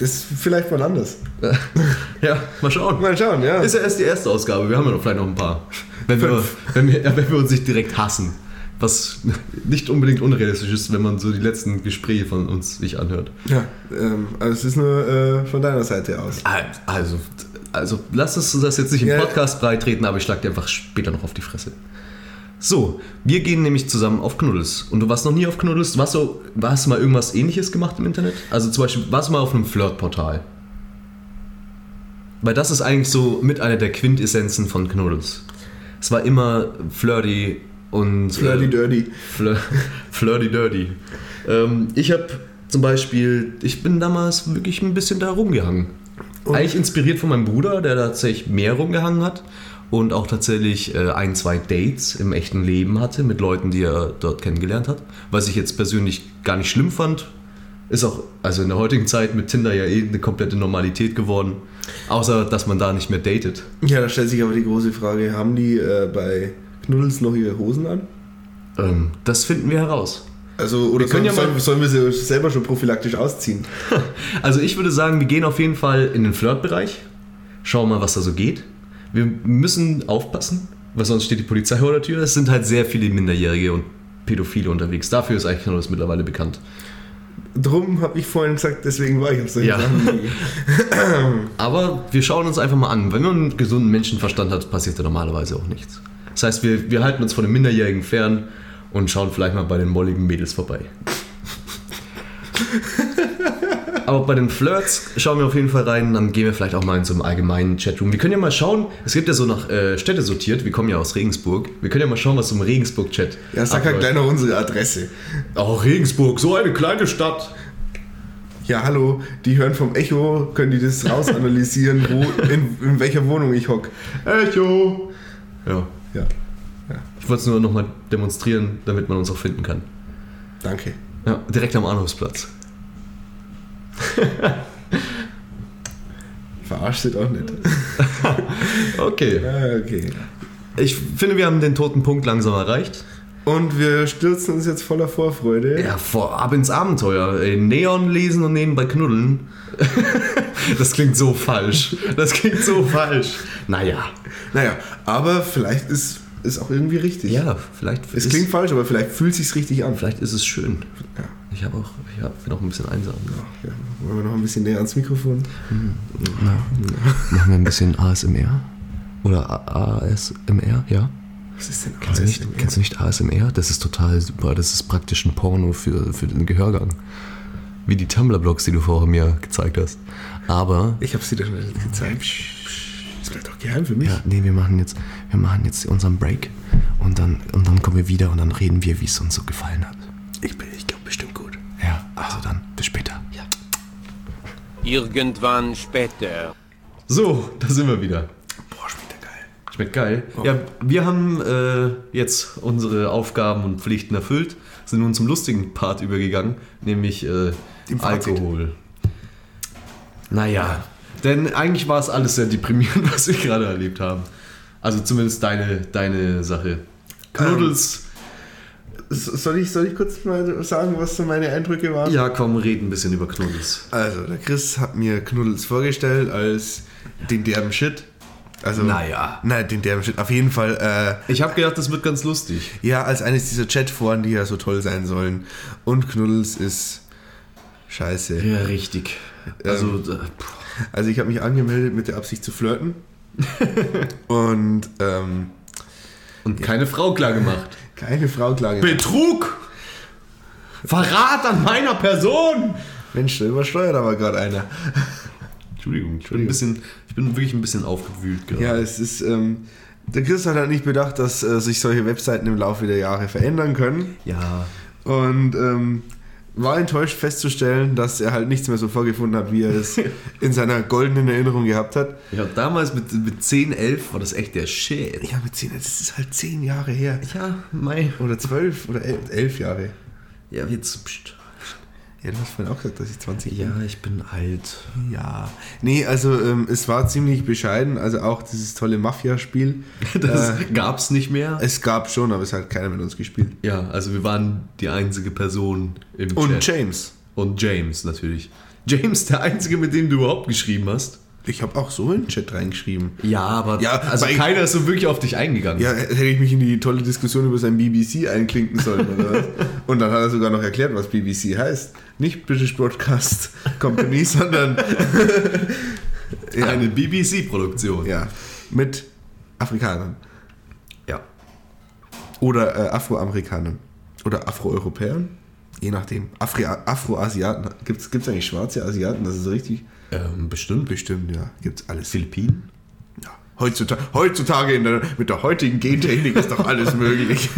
Das ist vielleicht mal anders.
Ja, mal schauen.
Mal schauen, ja.
Ist ja erst die erste Ausgabe, wir haben ja noch vielleicht noch ein paar. Wenn wir, wenn wir, ja, wenn wir uns nicht direkt hassen. Was nicht unbedingt unrealistisch ist, wenn man so die letzten Gespräche von uns sich anhört.
ja, ähm, also es ist nur äh, von deiner Seite aus.
Also, also lass uns das jetzt nicht im
Ja.
Podcast beitreten, aber ich schlag dir einfach später noch auf die Fresse. So, wir gehen nämlich zusammen auf Knuddels. Und du warst noch nie auf Knuddels? Warst du, warst du mal irgendwas ähnliches gemacht im Internet? Also zum Beispiel, warst du mal auf einem Flirtportal? Weil das ist eigentlich so mit einer der Quintessenzen von Knuddels. Es war immer flirty und. äh,
Flirty Dirty.
Flir Flirty Dirty. Ähm, ich habe zum Beispiel, ich bin damals wirklich ein bisschen da rumgehangen. Eigentlich inspiriert von meinem Bruder, der tatsächlich mehr rumgehangen hat und auch tatsächlich äh, ein, zwei Dates im echten Leben hatte mit Leuten, die er dort kennengelernt hat. Was ich jetzt persönlich gar nicht schlimm fand. Ist auch, also in der heutigen Zeit mit Tinder ja eh eine komplette Normalität geworden. Außer, dass man da nicht mehr datet.
Ja, da stellt sich aber die große Frage, haben die äh, bei Knuddels noch ihre Hosen an?
Ähm, das finden wir heraus.
Also, oder sollen,
können ja mal-
sollen, sollen wir sie selber schon prophylaktisch ausziehen?
Also ich würde sagen, wir gehen auf jeden Fall in den Flirtbereich. Schauen mal, was da so geht. Wir müssen aufpassen, weil sonst steht die Polizei vor der Tür. Es sind halt sehr viele Minderjährige und Pädophile unterwegs. Dafür ist eigentlich nur das mittlerweile bekannt.
Drum habe ich vorhin gesagt, deswegen war ich auf solchen
Ja.
Sachen.
Aber wir schauen uns einfach mal an. Wenn man einen gesunden Menschenverstand hat, passiert da normalerweise auch nichts. Das heißt, wir, wir halten uns von den Minderjährigen fern und schauen vielleicht mal bei den molligen Mädels vorbei. Aber bei den Flirts schauen wir auf jeden Fall rein, dann gehen wir vielleicht auch mal in so einem allgemeinen Chatroom. Wir können ja mal schauen, es gibt ja so nach äh, Städte sortiert, wir kommen ja aus Regensburg, wir können ja mal schauen, was so im Regensburg-Chat
Ja, sag halt gleich noch unsere Adresse.
Oh, Regensburg, so eine kleine Stadt.
Ja, hallo, die hören vom Echo, können die das rausanalysieren, wo, in, in welcher Wohnung ich hock. Echo!
Ja,
Ja,
ich wollte es nur nochmal demonstrieren, damit man uns auch finden kann.
danke.
Ja, direkt am Bahnhofsplatz.
Verarscht sie doch nicht.
Okay.
Ah, Okay.
Ich finde, wir haben den toten Punkt langsam erreicht.
Und wir stürzen uns jetzt voller Vorfreude.
Ja, vor, ab ins Abenteuer. Ey, Neon lesen und nebenbei knuddeln. das klingt so falsch. Das klingt so falsch. Naja.
Naja, aber vielleicht ist es auch irgendwie richtig.
Ja, vielleicht
Es
ist,
klingt falsch, aber vielleicht fühlt sich's richtig an.
vielleicht ist es schön. Ich habe auch, ich hab, bin auch ein bisschen einsam.
Ja, wollen wir noch ein bisschen näher ans Mikrofon?
Machen wir ein bisschen ASMR? Oder A- ASMR, ja?
Was ist denn
Kennst du, nicht, kennst du nicht ASMR? Das ist total super. Das ist praktisch ein Porno für, für den Gehörgang. Wie die Tumblr-Blogs, die du vorher mir gezeigt hast. Aber
Ich habe sie dir schon gezeigt. Das bleibt doch geheim für mich.
Ja, nee, wir machen jetzt, wir machen jetzt unseren Break und dann, und dann kommen wir wieder und dann reden wir, wie es uns so gefallen hat.
Ich, bin- ich glaube bestimmt gut.
Ja,
Ah.
also dann, bis später. Ja.
Irgendwann später.
So, da sind wir wieder.
Boah, schmeckt der geil.
Schmeckt geil. Ja, wir haben äh, jetzt unsere Aufgaben und Pflichten erfüllt, sind nun zum lustigen Part übergegangen, nämlich äh,
Fazit.
Alkohol. Naja, denn eigentlich war es alles sehr deprimierend, was wir gerade erlebt haben. Also zumindest deine, deine Sache. Knuddels.
So- Soll ich, soll ich kurz mal sagen, was so meine Eindrücke waren?
ja, komm, red ein bisschen über Knuddels.
Also, der Chris hat mir Knuddels vorgestellt als den derben Shit. Also,
Naja.
Nein, den derben Shit. Auf jeden Fall, äh,
Ich habe gedacht, das wird ganz lustig.
Ja, als eines dieser Chatforen, die ja so toll sein sollen. Und Knuddels ist scheiße.
Ja, richtig. Also, äh, pff,
Also ich habe mich angemeldet mit der Absicht zu flirten. und ähm,
und keine Frau klar gemacht.
keine Frau klage.
Betrug! Verrat an meiner Person!
Mensch, da übersteuert aber gerade einer.
Entschuldigung, ich bin, ein bisschen, ich bin wirklich ein bisschen aufgewühlt gerade.
Ja, es ist. Ähm, der Chris hat halt nicht bedacht, dass äh, sich solche Webseiten im Laufe der Jahre verändern können.
Ja.
Und ähm, war enttäuscht festzustellen, dass er halt nichts mehr so vorgefunden hat, wie er es in seiner goldenen Erinnerung gehabt hat.
Ich hab damals mit, mit 10, 11 war das echt der Shit.
Ja, mit zehn, das ist halt zehn Jahre her.
Ja, mei.
Oder zwölf oder elf, elf Jahre.
Ja, jetzt. Pst.
Ja, du hast vorhin auch gesagt, dass ich 20
Ja, ich bin alt.
bin. Ja. Nee, also ähm, es war ziemlich bescheiden. Also auch dieses tolle Mafia-Spiel.
Das
Äh,
gab's nicht mehr.
es gab schon, aber es hat keiner mit uns gespielt.
Ja, also wir waren die einzige Person im
Und
Chat.
James.
Und James natürlich. James, der einzige, mit dem du überhaupt geschrieben hast.
Ich habe auch so in den Chat reingeschrieben.
Ja, aber
Ja,
also
weil-
keiner ist so wirklich auf dich eingegangen.
Ja, hätte ich mich in die tolle Diskussion über sein BBC einklinken sollen, oder was? Und dann hat er sogar noch erklärt, was BBC heißt. Nicht British Broadcast Company, sondern
Eine BBC-Produktion.
ja, mit Afrikanern.
ja.
Oder äh, Afroamerikanern. Oder Afroeuropäern. Je nachdem. Afri Afroasiaten. Gibt es eigentlich schwarze Asiaten? Das ist richtig.
Ähm, bestimmt.
Bestimmt, ja. Gibt es alles.
Philippinen?
Ja. Heutzutage, heutzutage in der, mit der heutigen Gentechnik ist doch alles möglich.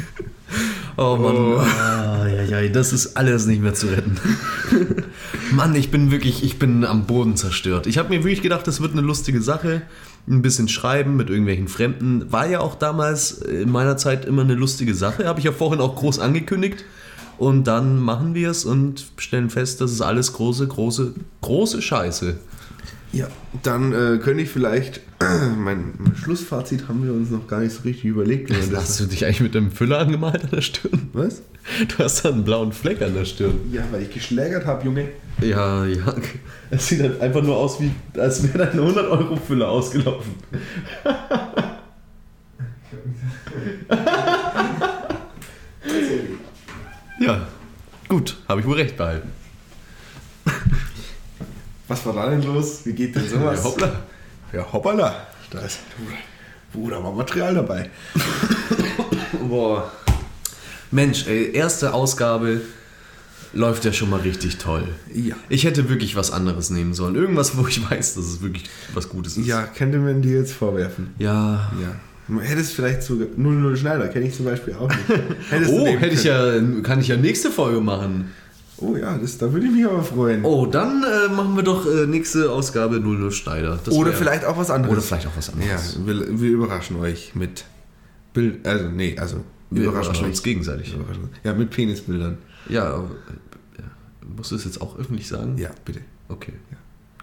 Oh Mann. Ah, ja, ja, das ist alles nicht mehr zu retten. Mann, ich bin wirklich, ich bin am Boden zerstört. Ich habe mir wirklich gedacht, das wird eine lustige Sache. Ein bisschen schreiben mit irgendwelchen Fremden. War ja auch damals in meiner Zeit immer eine lustige Sache. Habe ich ja vorhin auch groß angekündigt. Und dann machen wir es und stellen fest, das ist alles große, große, große Scheiße.
Ja. Dann äh, könnte ich vielleicht. Mein, mein Schlussfazit haben wir uns noch gar nicht so richtig überlegt. wie man
Hast du dich eigentlich mit einem Füller angemalt an der Stirn?
was?
Du hast da einen blauen Fleck an der Stirn.
Ja, weil ich geschlägert habe, Junge.
Ja, ja. Es sieht halt einfach nur aus, wie, als wäre deine 100-Euro-Fülle ausgelaufen. ja, gut, habe ich wohl recht behalten.
Was war da denn los? Wie geht denn sowas?
Ja, hoppla.
Ja, hoppala. Da ist. Bruder, war Material dabei.
Boah. Mensch, ey, erste Ausgabe läuft ja schon mal richtig toll.
Ja.
Ich hätte wirklich was anderes nehmen sollen. Irgendwas, wo ich weiß, dass es wirklich was Gutes ist.
Ja, könnte man dir jetzt vorwerfen.
Ja.
Ja. Man hätte es vielleicht sogar. 00 Schneider kenne ich zum Beispiel auch nicht. Hättest du
Oh,
nehmen
hätte ich
können.
ja, kann ich ja nächste Folge machen.
Oh ja, das, da würde ich mich aber freuen.
Oh, dann äh, machen wir doch äh, nächste Ausgabe 00 Schneider. Das
Oder
wär-
vielleicht auch was anderes.
Oder vielleicht auch was
Ja,
anderes.
wir, wir überraschen euch mit Bild. Also, nee, also.
Wir überraschen uns gegenseitig.
Überraschen uns. Ja, mit Penisbildern.
Ja, aber, äh, musst du es jetzt auch öffentlich sagen?
Ja, bitte.
Okay.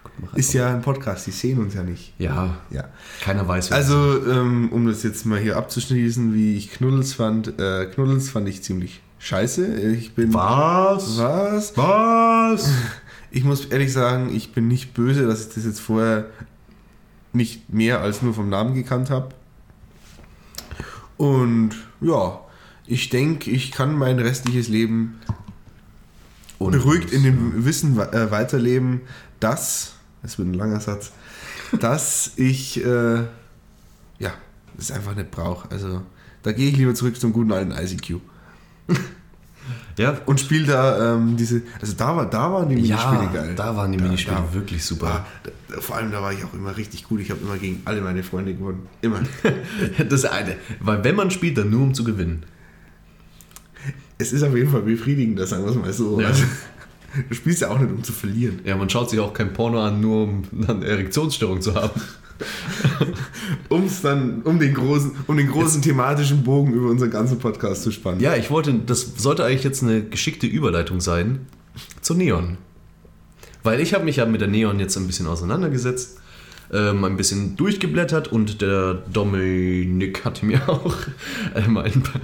Gut, mach
Ist ja ein Podcast, die sehen uns ja nicht.
Ja,
Ja.
keiner weiß, wer
Also, ähm, um das jetzt mal hier abzuschließen, wie ich Knuddels fand. Äh, Knuddels fand ich ziemlich scheiße. Ich bin.
Was?
Was?
Was?
Ich muss ehrlich sagen, ich bin nicht böse, dass ich das jetzt vorher nicht mehr als nur vom Namen gekannt habe. Und ja, ich denke, ich kann mein restliches Leben
Ohne
beruhigt
Knuddels,
in dem Wissen we- äh, weiterleben, dass, das wird ein langer Satz, dass ich, äh, ja, es einfach nicht brauche. Also da gehe ich lieber zurück zum guten alten ICQ.
Ja,
Und spiele da ähm, diese, also da, war, da waren die Minispiele
ja
geil.
da waren die
Da-
Minispiele
da-
wirklich super.
War, da, vor allem, da war ich auch immer richtig gut. Ich habe immer gegen alle meine Freunde gewonnen. Immer.
Das eine, weil wenn man spielt, dann nur um zu gewinnen.
es ist auf jeden Fall befriedigender, sagen wir es mal so.
Ja.
Also, du spielst ja auch nicht, um zu verlieren.
Ja, man schaut sich auch kein Porno an, nur um eine Erektionsstörung zu haben.
Um's dann, um den großen, um den großen thematischen Bogen über unseren ganzen Podcast zu spannen.
Ja, ich wollte, das sollte eigentlich jetzt eine geschickte Überleitung sein zu Neon. Weil ich habe mich ja mit der Neon jetzt ein bisschen auseinandergesetzt, ähm, ein bisschen durchgeblättert und der Dominik hatte mir auch ähm, ein paar,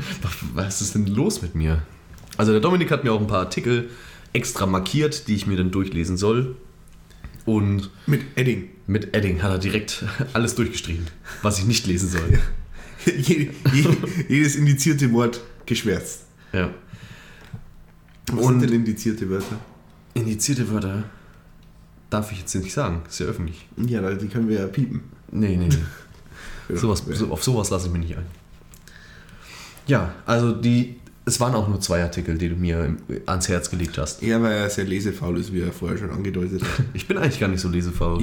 was ist denn los mit mir? Also der Dominik hat mir auch ein paar Artikel extra markiert, die ich mir dann durchlesen soll. Und
Mit Edding.
mit Edding hat er direkt alles durchgestrichen, was ich nicht lesen soll.
Je- je- Jedes indizierte Wort geschwärzt.
Ja.
Was Und sind denn indizierte Wörter?
Indizierte Wörter darf ich jetzt nicht sagen, ist ja öffentlich.
Ja, die können wir ja piepen.
Nee, nee, nee. sowas, so, auf sowas lasse ich mich nicht ein. Ja, also die, es waren auch nur zwei Artikel, die du mir im, ans Herz gelegt hast.
Ja, weil er sehr lesefaul ist, wie er vorher schon angedeutet hat.
Ich bin eigentlich gar nicht so lesefaul.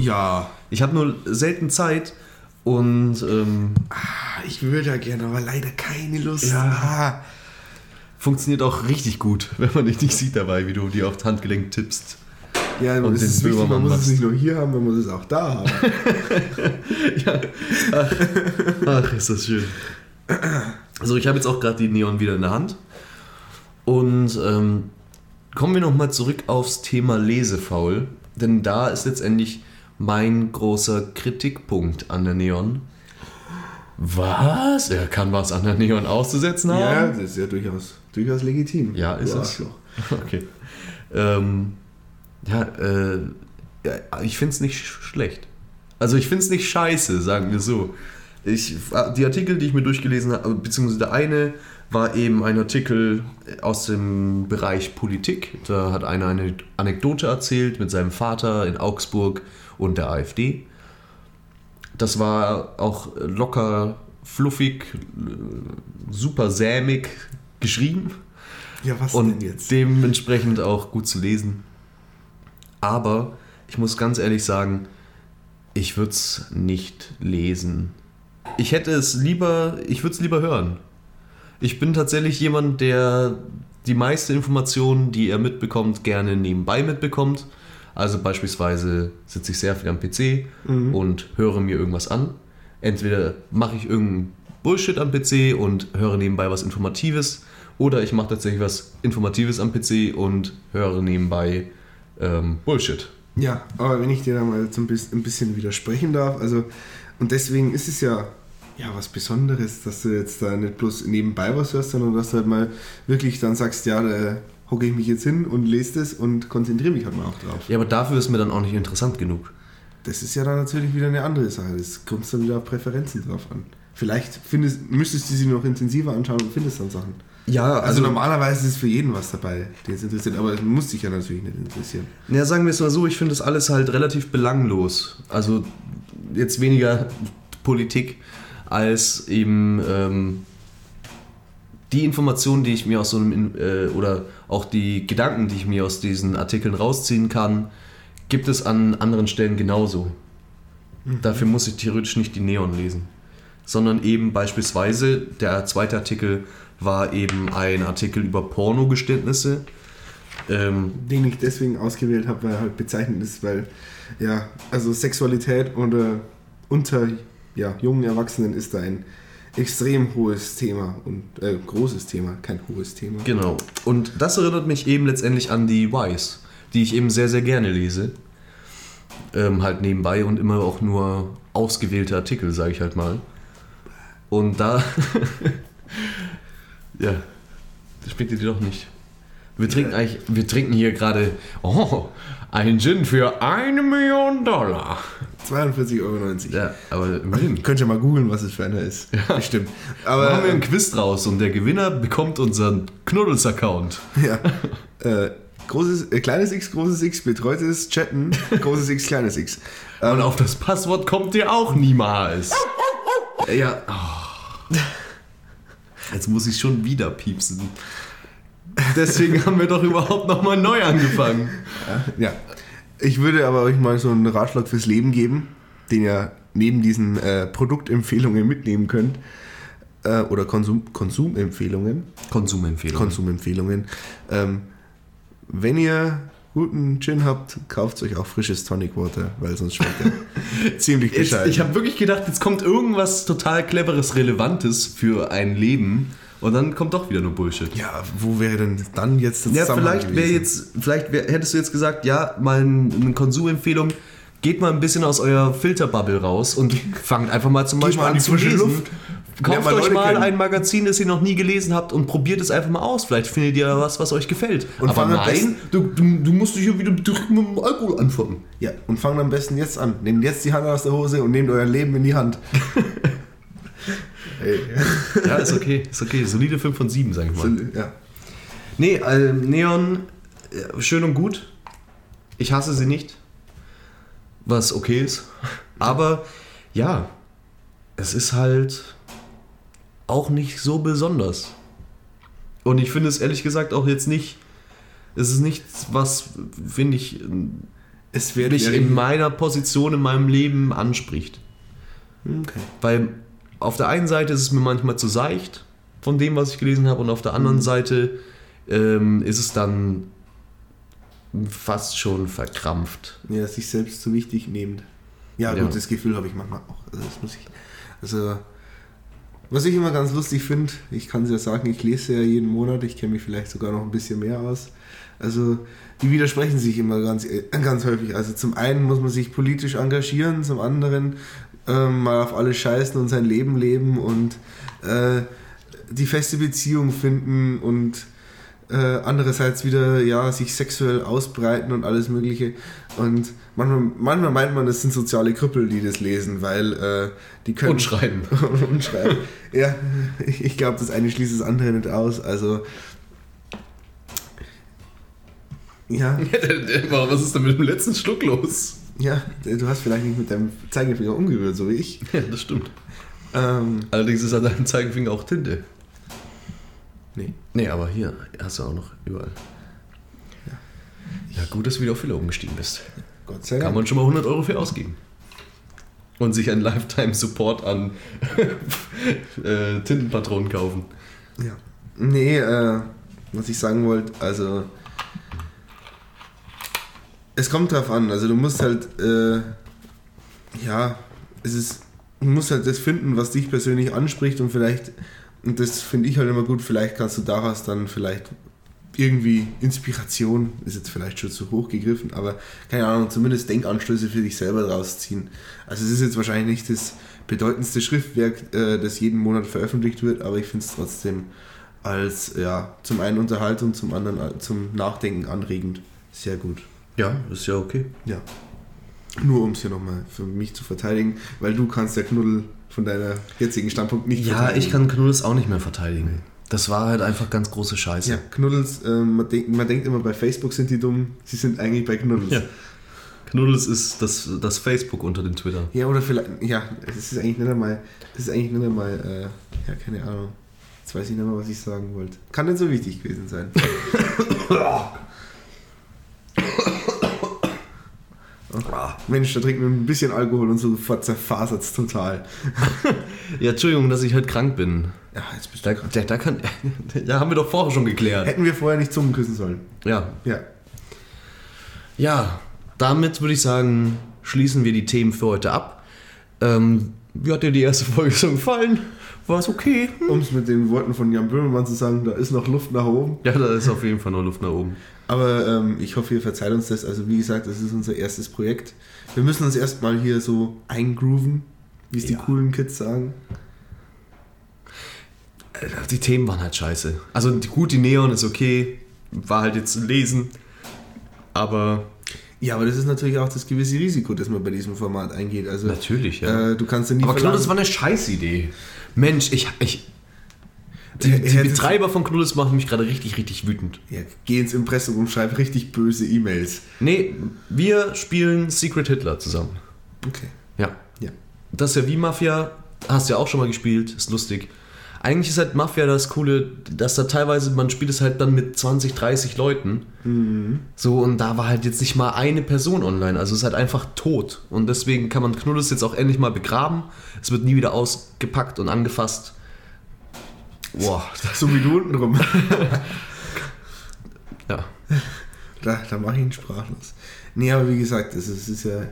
ja,
Ich habe nur selten Zeit und ähm,
Ah, ich würde ja gerne, aber leider keine Lust.
Ja.
Ah.
funktioniert auch richtig gut, wenn man dich nicht sieht dabei, wie du dir auf das Handgelenk tippst.
Ja,
Und
und es
den
ist wichtig,
Böhmermann
man muss
machst.
es nicht nur hier haben, man muss es auch da haben.
Ach, ist das schön. So, ich habe jetzt auch gerade die Neon wieder in der Hand. Und ähm, kommen wir nochmal zurück aufs Thema Lesefaul. Denn da ist letztendlich mein großer Kritikpunkt an der Neon. Was? Er kann was an der Neon auszusetzen
Ja,
haben?
das ist ja durchaus, durchaus legitim.
Ja, ist
Du
es.
Arschloch.
Okay. Ähm, ja, äh, ja, ich finde es nicht sch- schlecht. Also ich finde es nicht scheiße, sagen wir so. Ich, äh, die Artikel, die ich mir durchgelesen habe, beziehungsweise der eine war eben ein Artikel aus dem Bereich Politik. Da hat einer eine Anekdote erzählt mit seinem Vater in Augsburg und der AfD. Das war auch locker, fluffig, äh, super sämig geschrieben
Ja, was
und
denn jetzt?
dementsprechend auch gut zu lesen. Aber ich muss ganz ehrlich sagen, ich würde es nicht lesen. Ich hätte es lieber, ich würde es lieber hören. Ich bin tatsächlich jemand, der die meiste Information, die er mitbekommt, gerne nebenbei mitbekommt. Also beispielsweise sitze ich sehr viel am PC und höre mir irgendwas an. Entweder mache ich irgendeinen Bullshit am PC und höre nebenbei was Informatives oder ich mache tatsächlich was Informatives am PC und höre nebenbei ähm, Bullshit.
Ja, aber wenn ich dir da mal so ein bisschen, ein bisschen widersprechen darf, also, und deswegen ist es ja, ja was Besonderes, dass du jetzt da nicht bloß nebenbei was hörst, sondern dass du halt mal wirklich dann sagst, ja, da hocke ich mich jetzt hin und lese das und konzentriere mich halt mal auch drauf.
Ja, aber dafür ist mir dann auch nicht interessant genug.
Das ist ja dann natürlich wieder eine andere Sache. Das kommt dann wieder auf Präferenzen drauf an. Vielleicht findest, müsstest du sie noch intensiver anschauen und findest dann Sachen.
Ja,
Also, normalerweise ist für jeden was dabei, der es interessiert, aber es muss dich ja natürlich nicht interessieren.
Ja, sagen wir es mal so, ich finde das alles halt relativ belanglos. Also jetzt weniger Politik als eben ähm, die Informationen, die ich mir aus so einem, äh, oder auch die Gedanken, die ich mir aus diesen Artikeln rausziehen kann, gibt es an anderen Stellen genauso. Dafür muss ich theoretisch nicht die Neon lesen. Sondern eben beispielsweise, der zweite Artikel war eben ein Artikel über Pornogeständnisse. Ähm,
Den ich deswegen ausgewählt habe, weil er halt bezeichnend ist, weil ja, also Sexualität unter, unter ja, jungen Erwachsenen ist da ein extrem hohes Thema und äh, großes Thema, kein hohes Thema.
Genau. Und das erinnert mich eben letztendlich an die Wise, die ich eben sehr, sehr gerne lese. Ähm, halt nebenbei und immer auch nur ausgewählte Artikel, sage ich halt mal. Und da. ja. Das spielt ihr die doch nicht. Wir trinken eigentlich. Wir trinken hier gerade. Oh, einen Gin für eine Million Dollar.
42,90 Euro.
Ja, aber immerhin.
Könnt ihr mal googeln, was es für einer ist. Ja. Bestimmt.
Da
Aber
machen wir einen Quiz draus und der Gewinner bekommt unseren Knuddels-Account.
ja. Äh, großes, äh, kleines X, großes X, betreutes Chatten, großes X, kleines X. Äh,
Und auf das Passwort kommt ihr auch niemals. Ja. oh. Jetzt muss ich schon wieder piepsen. Deswegen haben wir doch überhaupt nochmal neu angefangen.
Ja. Ich würde aber euch mal so einen Ratschlag fürs Leben geben, den ihr neben diesen äh, Produktempfehlungen mitnehmen könnt. Äh, oder Konsum, Konsumempfehlungen.
Konsumempfehlung.
Konsumempfehlungen. Ähm, wenn ihr guten Gin habt, kauft euch auch frisches Tonic Water, weil sonst schmeckt er ziemlich
Jetzt,
bescheiden.
ich habe wirklich gedacht, jetzt kommt irgendwas total cleveres, relevantes für ein Leben und dann kommt doch wieder nur Bullshit.
ja, wo wäre denn dann jetzt der
Ja,
Zusammenhang
vielleicht wäre
gewesen?
jetzt, vielleicht wär, hättest du jetzt gesagt, ja, mal ein- eine Konsumempfehlung, geht mal ein bisschen aus eurer Filterbubble raus und fangt einfach mal zum Beispiel
mal in
an
die
zu
frische
lesen.
Luft. Lernt
Kauft
mal
euch
Leute
mal
kennen.
ein Magazin, das ihr noch nie gelesen habt und probiert es einfach mal aus. Vielleicht findet ihr was, was euch gefällt.
Und
Aber
fangt am
nein,
besten-
du, du, du musst dich hier wieder direkt mit dem Alkohol anfangen.
Ja, und fangt am besten jetzt an. Nehmt jetzt die Hand aus der Hose und nehmt euer Leben in die Hand.
Ja, ist okay, ist okay. Solide 5 von 7, sag ich mal.
ja.
Nee, äh, Neon, äh, schön und gut. Ich hasse sie nicht. Was okay ist. Aber ja, es ist halt auch nicht so besonders. Und ich finde es ehrlich gesagt auch jetzt nicht. Es ist nichts, was, finde ich,
Es wird
mich in meiner Position in meinem Leben anspricht.
Okay.
Weil auf der einen Seite ist es mir manchmal zu seicht von dem, was ich gelesen habe, und auf der anderen Seite ähm, ist es dann fast schon verkrampft.
Ja, sich selbst zu wichtig nehmend. Ja,
Ja.
gut, das Gefühl habe ich manchmal auch. Also, das muss ich. Also, was ich immer ganz lustig finde, ich kann es ja sagen, ich lese ja jeden Monat, ich kenne mich vielleicht sogar noch ein bisschen mehr aus. Also, die widersprechen sich immer ganz, äh, ganz häufig. Also, zum einen muss man sich politisch engagieren, zum anderen ähm, mal auf alles scheißen und sein Leben leben und äh, die feste Beziehung finden und äh, andererseits wieder ja sich sexuell ausbreiten und alles Mögliche. Und manchmal, manchmal meint man, das sind soziale Krüppel, die das lesen, weil äh, die können.
Und schreiben.
und schreiben. ja, ich, ich glaube, das eine schließt das andere nicht aus. Also. Ja,
Was ist denn mit dem letzten Schluck los?
ja, du hast vielleicht nicht mit deinem Zeigefinger umgerührt, so wie ich.
Ja, das stimmt.
Ähm,
Allerdings ist an deinem Zeigefinger auch Tinte.
nee.
Nee, aber hier hast du auch noch überall. Ja, gut, dass du wieder auf Filler umgestiegen bist.
Gott sei
Kann
Dank.
man schon mal 100 Euro für ausgeben. Und sich einen Lifetime-Support an äh, Tintenpatronen kaufen.
Ja. Nee, äh, was ich sagen wollte, also es kommt drauf an, also du musst halt, äh, ja, es ist, du musst halt das finden, was dich persönlich anspricht und vielleicht, und das finde ich halt immer gut, vielleicht kannst du daraus dann vielleicht irgendwie Inspiration, ist jetzt vielleicht schon zu hoch gegriffen, aber keine Ahnung, zumindest Denkanstöße für dich selber draus ziehen. Also es ist jetzt wahrscheinlich nicht das bedeutendste Schriftwerk, äh, das jeden Monat veröffentlicht wird, aber ich finde es trotzdem als, ja, zum einen Unterhaltung, zum anderen äh, zum Nachdenken anregend. Sehr gut.
Ja, ist ja okay.
Ja. Nur um es hier nochmal für mich zu verteidigen, weil du kannst der Knuddel von deiner jetzigen Standpunkt nicht
Ja,
verteidigen.
ich kann Knuddels auch nicht mehr verteidigen. Das war halt einfach ganz große Scheiße.
Ja, Knuddels, ähm, man, denkt, man denkt immer, bei Facebook sind die dumm, sie sind eigentlich bei Knuddels.
Ja. Knuddels ist das, das Facebook unter dem Twitter.
Ja, oder vielleicht, ja, es ist eigentlich nicht einmal, es ist eigentlich nicht einmal, äh, ja, keine Ahnung. Jetzt weiß ich nicht mehr, was ich sagen wollte. Kann nicht so wichtig gewesen sein. Ah, Mensch, da trinkt man ein bisschen Alkohol und so zerfasert es total.
Ja, Entschuldigung, dass ich heute krank bin.
Ja, jetzt bist
Da,
du
da, da kann. Ja, haben wir doch vorher schon geklärt.
Hätten wir vorher nicht Zungen küssen sollen.
Ja.
Ja.
Ja, damit würde ich sagen, schließen wir die Themen für heute ab. Ähm, wie hat dir die erste Folge so gefallen? War es okay? Hm.
Um es mit den Worten von Jan Böhmermann zu sagen, da ist noch Luft nach oben.
Ja, da ist auf jeden Fall noch Luft nach oben.
Aber ähm, ich hoffe, ihr verzeiht uns das. Also wie gesagt, das ist unser erstes Projekt. Wir müssen uns erstmal hier so eingrooven, wie es die coolen Kids sagen.
Äh, Die Themen waren halt scheiße. Also die- gut, die Neon ist okay. War halt jetzt lesen. Aber
Ja, aber das ist natürlich auch das gewisse Risiko, das man bei diesem Format eingeht. Also
Natürlich,
äh, du kannst ja nie
Aber
verlangen-
Knuddels war eine Scheißidee. Mensch, ich. ich die,
Ja,
die
ja, das-
Betreiber von Knuddels machen mich gerade richtig, richtig wütend.
ja, geh ins Impressum und schreib richtig böse E-Mails.
Nee, wir spielen Secret Hitler zusammen.
Okay.
Ja.
Ja.
Das ist ja wie Mafia, hast du ja auch schon mal gespielt, ist lustig. Eigentlich ist halt Mafia das Coole, dass da teilweise, man spielt es halt dann mit 20, 30 Leuten.
Mhm.
So, und da war halt jetzt nicht mal eine Person online. Also es ist halt einfach tot. Und deswegen kann man Knuddels jetzt auch endlich mal begraben. Es wird nie wieder ausgepackt und angefasst. Boah,
So wie du unten rum.
ja.
Da, da mache ich ihn sprachlos. Nee, aber wie gesagt, es ist, es ist ja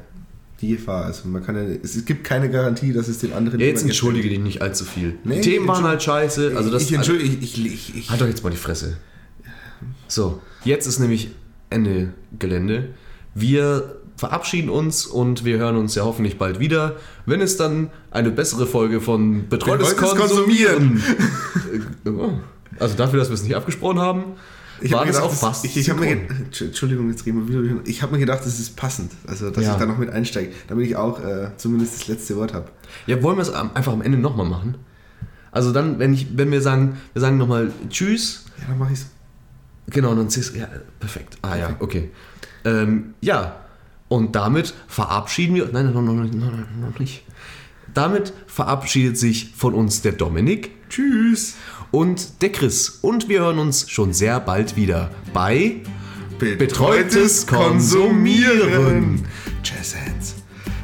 die Gefahr. Also man kann ja, es gibt keine Garantie, dass es den anderen
Ja, jetzt
niemand
entschuldige dich nicht allzu viel.
Nee,
die Themen waren
entschuldige-
halt scheiße.
gefällt.
Also das
ich entschuldige, ich, ich, ich,
Halt doch jetzt mal die Fresse. So, jetzt ist nämlich Ende Gelände. Wir verabschieden uns und wir hören uns ja hoffentlich bald wieder, wenn es dann eine bessere Folge von Betreutes
Betreutes
Konsumieren. also dafür, dass wir es nicht abgesprochen haben,
Ich
war
habe
das
gedacht, das-
auch fast.
Ich, ich habe mir,
synchron.
ge- Entsch- Entschuldigung, jetzt reden wir wieder. durch- Ich habe mir gedacht, das ist passend, also dass
Ja.
ich da noch mit einsteige, damit ich auch äh, zumindest das letzte Wort habe.
ja, wollen wir es am- einfach am Ende nochmal machen? Also dann, wenn, ich, wenn wir sagen, wir sagen nochmal Tschüss,
Ja, dann mache ich
Genau, und dann siehst du, ja, perfekt. Ah ja, okay. Ähm, ja, und damit verabschieden wir, nein, nein, nein, nein, nein, nein, nein, noch nicht. Damit verabschiedet sich von uns der Dominik. Tschüss. Und der Chris. Und wir hören uns schon sehr bald wieder bei Betreutes Konsumieren.
Jazz Hands.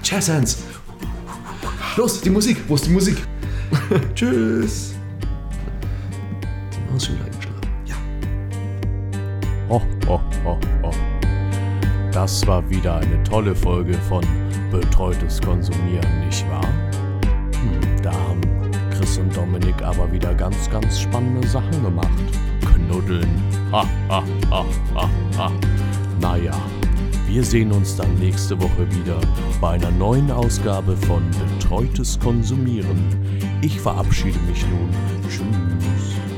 Jazz Hands. Los, die Musik. Wo ist die Musik?
Tschüss.
Die Maus ist schon wieder eingeschlafen.
Ho, ho, ho, ho. Das war wieder eine tolle Folge von Betreutes Konsumieren, nicht wahr? Hm, da haben Chris und Dominik aber wieder ganz, ganz spannende Sachen gemacht. Knuddeln. Ha, ha, ha, ha, ha. Naja, wir sehen uns dann nächste Woche wieder bei einer neuen Ausgabe von Betreutes Konsumieren. Ich verabschiede mich nun. Tschüss.